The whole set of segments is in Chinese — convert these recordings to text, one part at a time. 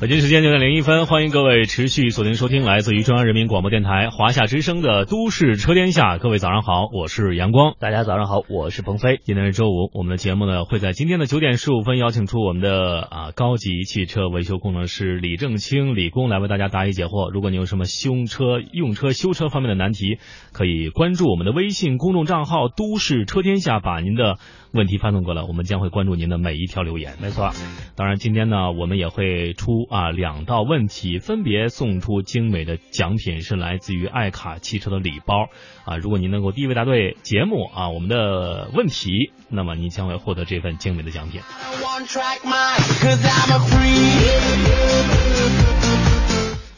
北京时间九点零一分，欢迎各位持续锁定收听来自于中央人民广播电台华夏之声的《都市车天下》。各位早上好，我是阳光。大家早上好，我是鹏飞。今天是周五，我们的节目呢会在今天的九点十五分邀请出我们的啊高级汽车维修工程师李正清李工来为大家答疑解惑。如果你有什么修车、用车、修车方面的难题，可以关注我们的微信公众账号“都市车天下”，把您的问题发送过来，我们将会关注您的每一条留言。没错，当然，今天呢，我们也会出啊两道问题，分别送出精美的奖品，是来自于爱卡汽车的礼包啊。如果您能够第一位答对节目啊我们的问题，那么您将会获得这份精美的奖品。 One track mind, cause I'm a freak.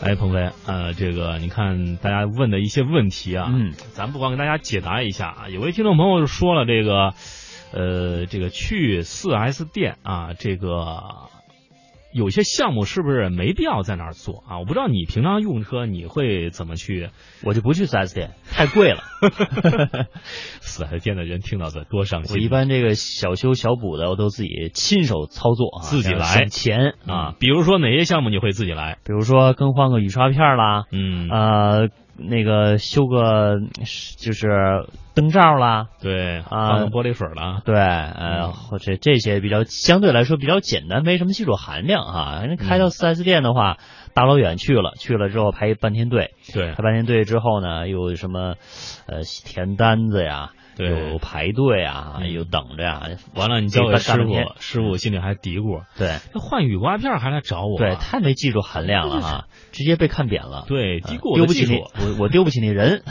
哎，鹏飞，呃，这个你看大家问的一些问题啊，嗯，咱不光跟大家解答一下啊，有位听众朋友说了这个，呃，这个去 4S 店啊，这个有些项目是不是没必要在那儿做啊？我不知道你平常用车你会怎么 去我就不去 4S 店，太贵了。 4S 店的人听到的多伤心。我一般这个小修小补的，我都自己亲手操作啊，自己这样来省钱啊。啊，比如说哪些项目你会自己来？比如说更换个雨刷片儿啦，嗯，呃，那个修个就是灯罩啦，对，啊换个玻璃水了。对，呃，或者这些比较相对来说比较简单，没什么技术含量啊。那开到 4S 店的话，大老远去了，去了之后排半天队，对排半天队之后呢，又有什么呃填单子呀，对有排队啊，嗯有等着呀，完了你交给这干师半天傅，师傅心里还嘀咕，对这换雨刮片儿还来找我、啊对，太没技术含量了哈，直接被看扁了。对，呃低估我丢的不技起术 那。我我丢不起那人，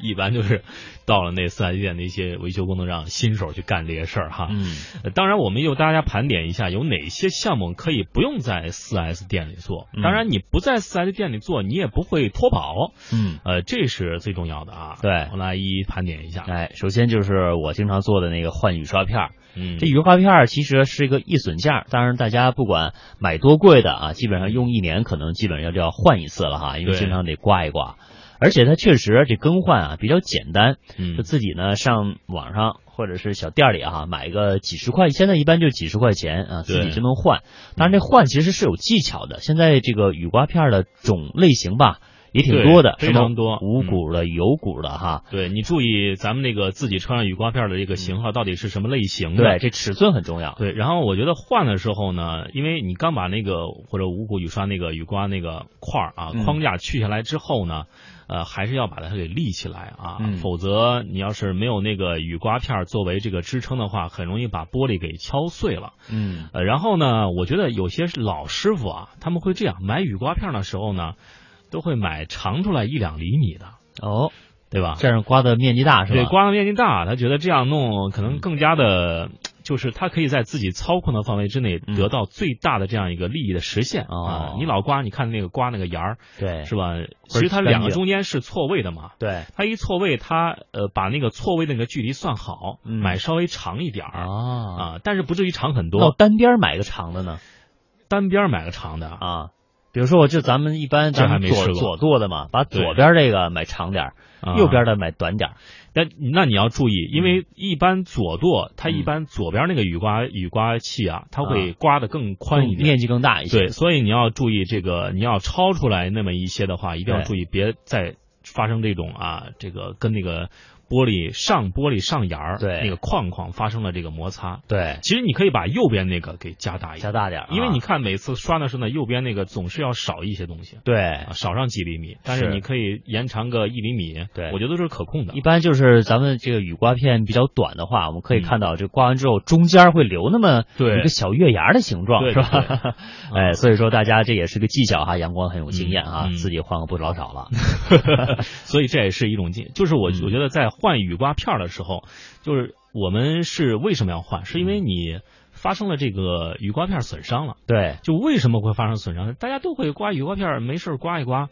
一般就是到了那四 S 店的一些维修工作，让新手去干这些事儿哈。嗯，呃当然，我们又大家盘点一下有哪些项目可以不用在四 S 店里做。嗯当然，你不在四 S 店里做，你也不会脱跑，嗯，呃，这是最重要的啊。对我来一一盘点一下。哎，首先就是我经常做的那个换雨刷片儿，嗯，这雨刮片儿其实是一个易损件儿，当然大家不管买多贵的啊，基本上用一年可能基本上就要换一次了哈，因为对经常得刮一刮。而且它确实这更换啊比较简单，嗯就自己呢上网上或者是小店儿里啊买一个几十块，现在一般就几十块钱啊，对嗯自己就能换。当然这换其实是有技巧的，现在这个雨刮片儿的种类型吧也挺多的，对什非么常多无嗯骨的、有骨的哈，对你注意咱们那个自己车上雨刮片的这个型号到底是什么类型的？嗯对，这尺寸很重要。对，然后我觉得换的时候呢，因为你刚把那个或者五谷雨刷那个雨刮那个块儿啊嗯框架取下来之后呢，呃，还是要把它给立起来啊，嗯否则你要是没有那个雨刮片儿作为这个支撑的话，很容易把玻璃给敲碎了。嗯呃，然后呢，我觉得有些是老师傅啊，他们会这样买雨刮片儿的时候呢，都会买长出来一两厘米的，哦，对吧？这样刮的面积大是吧？对，刮的面积大，他觉得这样弄可能更加的，就是他可以在自己操控的范围之内嗯得到最大的这样一个利益的实现啊哦！你老刮，你看那个刮那个沿儿对是吧？其是实它两个干净中间是错位的嘛，对它一错位，它呃把那个错位的那个距离算好，嗯买稍微长一点儿啊，啊，但是不至于长很那我多，单边儿买个长的呢单边儿买个长的，啊，比如说我就咱们一般这还咱们没左试过左舵的嘛，把对左边这个买长点儿，啊右边嗯的买短点儿。但那你要注意，因为一般左舵它嗯一般左边那个雨刮雨刮器啊，它会刮的更宽一点。面积更大一些。对，所以你要注意这个，你要超出来那么一些的话，一定要对注意，别再发生这种啊，这个跟那个玻璃上玻璃上沿儿对那个框框发生了这个摩擦。对，其实你可以把右边那个给加大一加点，大点儿啊，因为你看每次刷的时候呢，右边那个总是要少一些东西，对啊，少上几厘米，但是是你可以延长个一厘米，对我觉得都是可控的一。般就是咱们这个雨刮片比较短的话，我们可以嗯看到这刮完之后中间儿会留那么对一个小月牙儿的形状，对是对 嗯吧？哎，所以说大家这也是个技巧哈，阳光很有经验啊，嗯嗯自己换个不老少 了。所以这也是一种进，就是我嗯我觉得在换雨刮片儿的时候，就是我们是为什么要换，是因嗯为你发生了这个雨刮片儿损伤了。对，就为什么会发生损伤？大家都会刮雨刮片儿，没事儿刮一刮。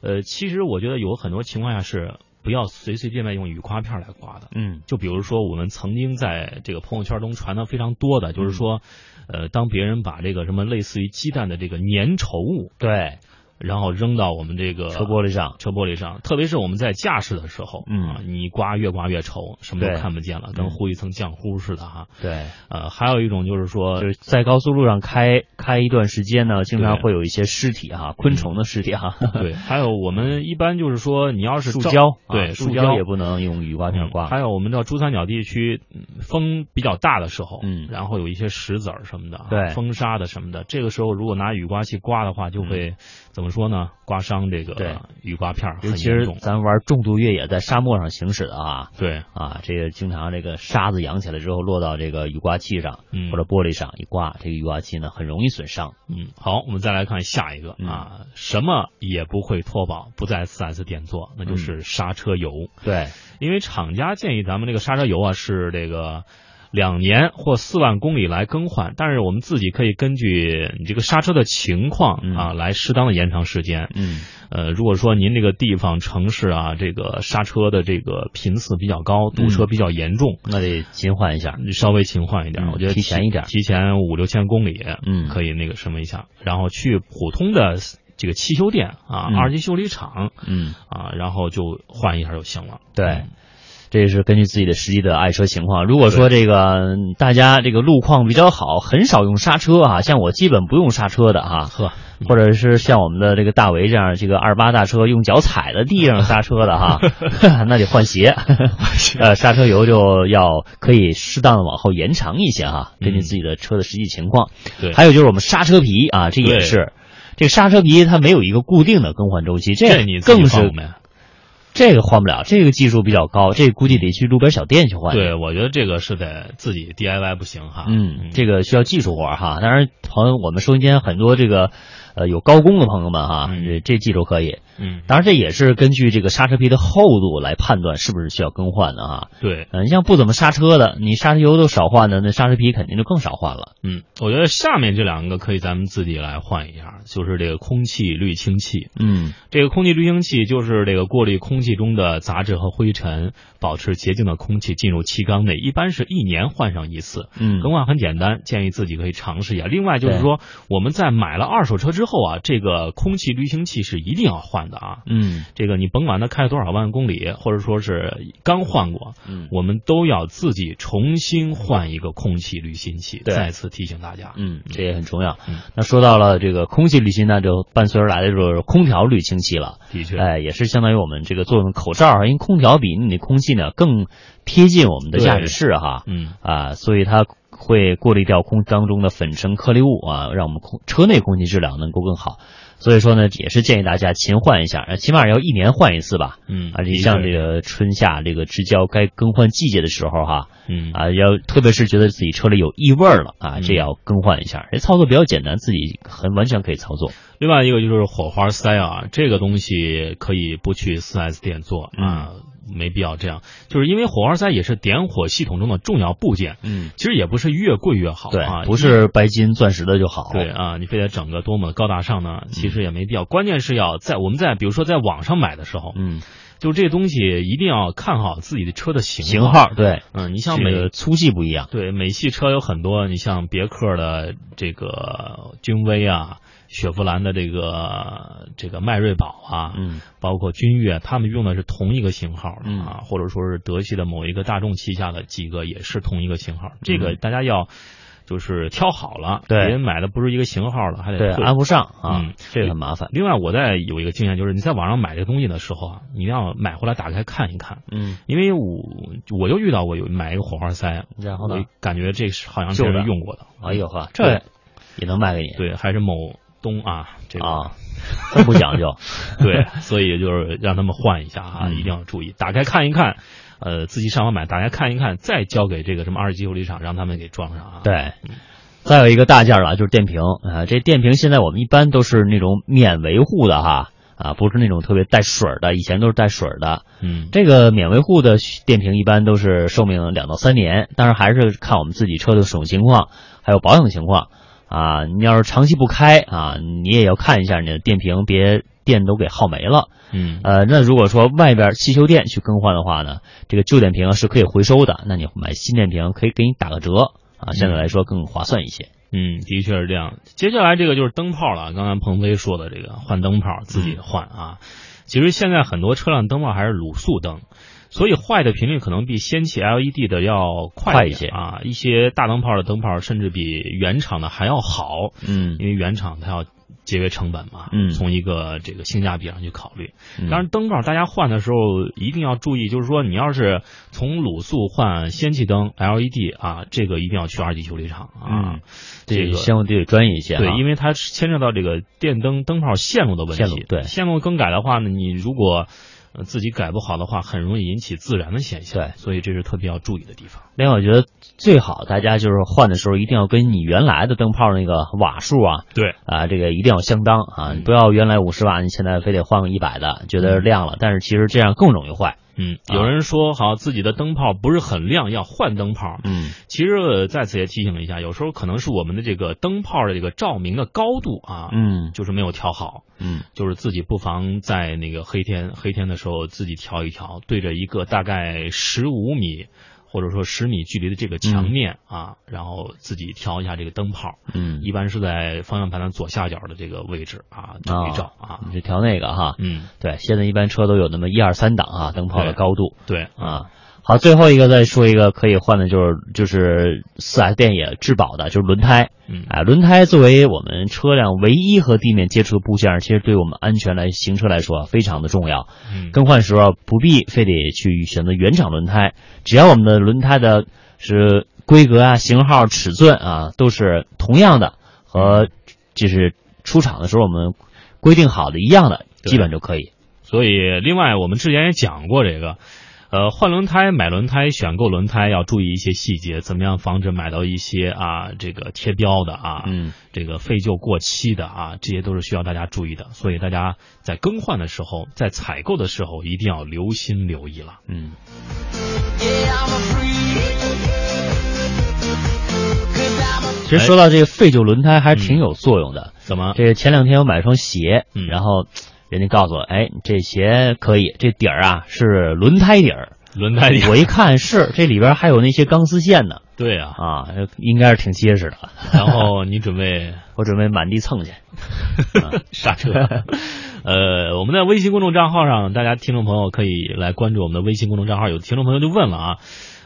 呃，其实我觉得有很多情况下是不要随随便便用雨刮片儿来刮的。嗯就比如说，我们曾经在这个朋友圈中传的非常多的，嗯就是说，呃，当别人把这个什么类似于鸡蛋的这个粘稠物对，然后扔到我们这个车玻璃上，车玻璃上，特别是我们在驾驶的时候，嗯啊，你刮越刮越稠，什么都对看不见了，嗯跟糊一层浆糊似的哈。对，呃，还有一种就是说，就是在高速路上开开一段时间呢，经嗯常对嗯会有一些尸体哈、昆虫的尸体哈、 对，还有我们一般就是说，你要是 树照胶，啊对树胶也不能用雨刮片嗯刮，还有我们知道珠三角地区嗯风比较大的时候，嗯然后有一些石子儿什么的啊，对嗯风沙的什么的，这个时候如果拿雨刮器刮的话，就会、怎么说呢？刮伤这对个雨刮片儿很尤其严是重。咱玩重度越野在沙漠上行驶的啊对，啊，这个经常这个沙子扬起来之后落到这个雨刮器上、嗯或者玻璃上一刮，这个雨刮器呢很容易损伤。嗯，好，我们再来看下一个、嗯啊，什么也不会脱保，不在 4S 店做，那嗯就是刹车油。对，因为厂家建议咱们这个刹车油啊是这个两年或四万公里来更换，但是我们自己可以根据你这个刹车的情况嗯啊来适当的延长时间。嗯，呃，如果说您这个地方城市啊，这个刹车的这个频次比较高，堵嗯车比较严重，那得勤换一下。你稍微勤换一点，嗯我觉得提前一点提前五六千公里，嗯可以那个什么一下，然后去普通的这个汽修店啊、嗯二级修理厂嗯，啊，然后就换一下就行了。嗯对。这是根据自己的实际的爱车情况。如果说这个嗯大家这个路况比较好，很少用刹车啊，像我基本不用刹车的啊，呵，或者是像我们的这个大为这样，这个二八大车用脚踩在地上刹车 的哈，那得换鞋，呃，刹车油就要可以适当的往后延长一些哈，根据自己的车的实际情况。嗯对还有就是我们刹车皮啊，这也对是。这个刹车皮它没有一个固定的更换周期，这这你自己更放是过没？这个换不了，这个技术比较高，这个估计得去路边小店去换。对，我觉得这个是得自己 DIY 不行哈。嗯，这个需要技术活儿哈。当然，朋友，我们收音间很多这个，呃，有高工的朋友们哈，嗯这这技术可以。嗯，当然，这也是根据这个刹车皮的厚度来判断是不是需要更换的哈。对，嗯，你像不怎么刹车的，你刹车油都少换的，那刹车皮肯定就更少换了。嗯，我觉得下面这两个可以咱们自己来换一下，就是这个空气滤清器。嗯，这个空气滤清器就是这个过滤空气中的杂质和灰尘，保持洁净的空气进入气缸内，一般是一年换上一次。嗯更换很简单，建议自己可以尝试一下。另外就是说，我们在买了二手车之后啊，这个空气滤清器是一定要换的啊。嗯这个你甭管它开了多少万公里，或者说是刚换过，嗯我们都要自己重新换一个空气滤芯器。对再次提醒大家，嗯，这也很重要嗯。那说到了这个空气滤芯呢，就伴随而来的就是空调滤清器了。的确，哎，也是相当于我们这个做成口罩，啊因为空调比你的空气呢更贴近我们的驾驶室哈，嗯，啊，所以它会过滤掉空气当中的粉尘颗粒物啊，让我们空车内空气质量能够更好。所以说呢，也是建议大家勤换一下，呃起码要一年换一次吧。嗯，而且啊像的这确，个春夏这个之交该更换季节的时候哈，嗯，啊，要特别是觉得自己车里有异味儿了啊，这要更换一下。这操作比较简单，自己很完全可以操作。另外一个就是火花塞啊，这个东西可以不去 4S 店做啊，嗯没必要这样，就是因为火花塞也是点火系统中的重要部件，嗯，其实也不是越贵越好对啊，，不是白金钻石的就好。对啊，你非得整个多么高大上嗯呢？其实也没必要。关键是要在我们在比如说在网上买的时候，嗯，就这东西一定要看好自己的车的型型。号，对，嗯，你像这美个粗细不一样。对美系车有很多，你像别克的这个君威啊，雪佛兰的这个这个迈锐宝啊，嗯包括君越，他们用的是同一个型号的嗯啊，或者说是德系的某一个大众旗下的几个也是同一个型号，这个大家要。就是挑好了，嗯对别人买的不是一个型号了，还得对，退安不上啊，嗯这个很麻烦。另外，我再有一个经验，就是你在网上买这东西的时候啊，你要买回来打开看一看，嗯，因为我我就遇到过有买一个火花塞，啊然后我呢？感觉这是好像旧别的人用过的，哎呦呵，对这也能卖给你对，还是某东啊，这个、啊？这不讲 究。对，所以就是让他们换一下啊，嗯一定要注意，打开看一看，呃，自己上网买，打开看一看，再交给这个什么二级修理厂，让他们给装上啊。，对，再有一个大件儿了，就是电瓶啊。这电瓶现在我们一般都是那种免维护的哈。啊，不是那种特别带水儿的，以前都是带水儿的。嗯，这个免维护的电瓶一般都是寿命两到三年，当然还是看我们自己车的使用情况，还有保养情况啊。你要是长期不开啊，你也要看一下你的电瓶，别电都给耗没了。嗯，呃，那如果说外边汽修店去更换的话呢，这个旧电瓶是可以回收的，那你买新电瓶可以给你打个折啊，相对来说更划算一些。嗯，的确是这样。接下来这个就是灯泡了，刚才鹏飞说的这个换灯泡自嗯己换啊。其实现在很多车辆灯泡还是卤素灯，所以坏的频率可能比先期 LED E 的要快快一一些些啊。一些大灯泡的灯泡甚至比原厂的还要好，嗯因为原厂它要节约成本嘛。嗯从一个这个性价比上去考虑。嗯当然，灯泡大家换的时候一定要注意，就是说你要是从卤素换氙气灯 LED 啊，这个一定要去二级修理厂啊。嗯这对，个相对专业一些哈。对，因为它是牵扯到这个电灯灯泡线路的问题。线路对线路更改的话呢，你如果呃自己改不好的话，很容易引起自燃的现象。对所以这是特别要注意的地方。另外，我觉得最好大家就是换的时候一定要跟你原来的灯泡那个瓦数啊对，啊，这个一定要相当啊，嗯你不要原来五十瓦，你现在非得换个一百的，觉得亮了，但是其实这样更容易坏。嗯，有人说好自己的灯泡不是很亮，要换灯泡。嗯其实呃再次也提醒一下，有时候可能是我们的这个灯泡的这个照明的高度啊，嗯就是没有调好。嗯就是自己不妨在那个黑天黑天的时候自己调一调，对着一个大概十五米或者说十米距离的这个墙面啊，然后自己调一下这个灯泡，嗯，一般是在方向盘的左下角的这个位置啊，哦照一照啊，你就调那个哈。嗯，对，现在一般车都有那么一二三档啊，灯泡的对高度对，啊。好，最后一个再说一个可以换的，就是就是四 S 店也质保的，就是轮胎。嗯，啊，轮胎作为我们车辆唯一和地面接触的部件，其实对我们安全来行车来说啊非常的重要。嗯，更换时候啊不必非得去选择原厂轮胎，只要我们的轮胎的是规格啊、型号、尺寸啊都是同样的，和就是出厂的时候我们规定好的一样的，对基本就可以。所以，另外我们之前也讲过这个，呃，换轮胎、买轮胎、选购轮胎要注意一些细节，怎么样防止买到一些啊这个贴标的啊，嗯，这个废旧过期的啊，这些都是需要大家注意的。所以大家在更换的时候，在采购的时候一定要留心留意了。嗯， Yeah, I'm a freak. Cause I'm a 其实说到这个废旧轮胎还是挺有作用的。怎么？这个前两天我买了双鞋，啊嗯然后人家告诉我，哎，这鞋可以，这底儿啊是轮胎底儿。轮胎里我一看是这里边还有那些钢丝线呢，对啊，啊，应该是挺结实的。然后你准备我准备满地蹭去。 刹车。呃，我们在微信公众账号上，大家听众朋友可以来关注我们的微信公众账号。有的听众朋友就问了啊，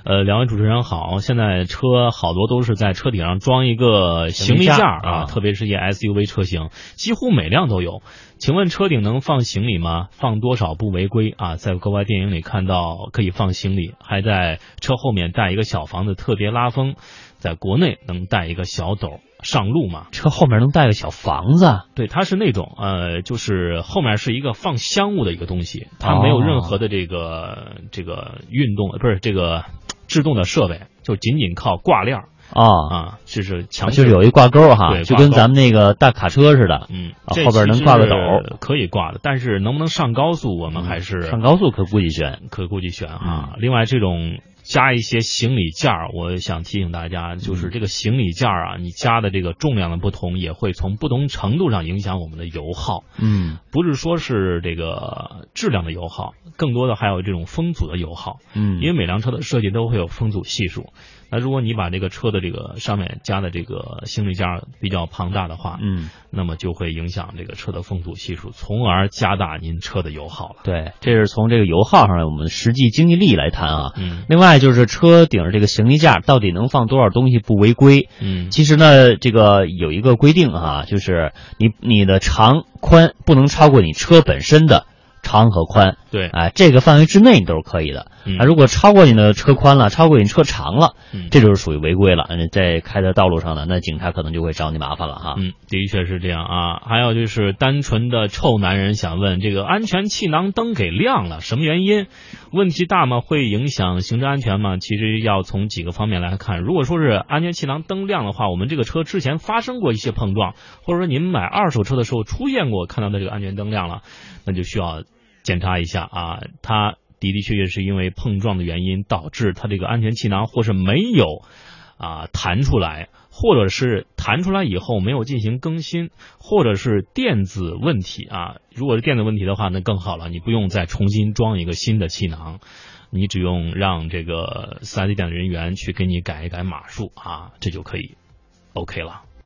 呃，两位主持人好，现在车好多都是在车顶上装一个行李架行李架啊啊，特别是一些 SUV 车型，几乎每辆都有。请问车顶能放行李吗？放多少不违规啊？在国外电影里看到可以放行李，还在车后面带一个小房子，特别拉风。在国内能带一个小斗上路吗？车后面能带个小房子，啊对，它是那种呃，就是后面是一个放香物的一个东西，它没有任何的这个、这个运动，不是这个制动的设备，就仅仅靠挂链儿啊，啊，就是强制就是有一挂钩哈，对就挂钩跟咱们那个大卡车似的，嗯，啊这后边能其实挂个斗可以挂的，但是能不能上高速，我们还是上嗯高速可估计悬。可估计悬啊。另外，这种加一些行李架儿，我想提醒大家，嗯就是这个行李架儿啊，你加的这个重量的不同，也会从不同程度上影响我们的油耗。嗯不是说是这个质量的油耗，更多的还有这种风阻的油耗，嗯因为每辆车的设计都会有风阻系数。那如果你把这个车的这个上面加的这个行李架比较庞大的话，嗯，那么就会影响这个车的风阻系数，从而加大您车的油耗了。对，这是从这个油耗上来，我们实际经济力来谈啊。嗯另外就是车顶这个行李架到底能放多少东西不违规？嗯其实呢，这个有一个规定啊，就是你你的长宽不能超过你车本身的长和宽，对，哎，这个范围之内你都是可以的。嗯啊，如果超过你的车宽了，超过你车长了，嗯这就是属于违规了。嗯，在开在道路上呢，那警察可能就会找你麻烦了哈。嗯，的确是这样啊。还有就是单纯的臭男人想问，这个安全气囊灯给亮了，什么原因？问题大吗？会影响行车安全吗？其实要从几个方面来看。如果说是安全气囊灯亮的话，我们这个车之前发生过一些碰撞，或者说您买二手车的时候出现过看到的这个安全灯亮了，那就需要检查一下啊，它的的确确是因为碰撞的原因导致它这个安全气囊或是没有啊弹出来，或者是弹出来以后没有进行更新，或者是电子问题啊。如果是电子问题的话，那更好了，你不用再重新装一个新的气囊。你只用让这个 4S 店的人员去给你改一改码数啊，这就可以 OK 了。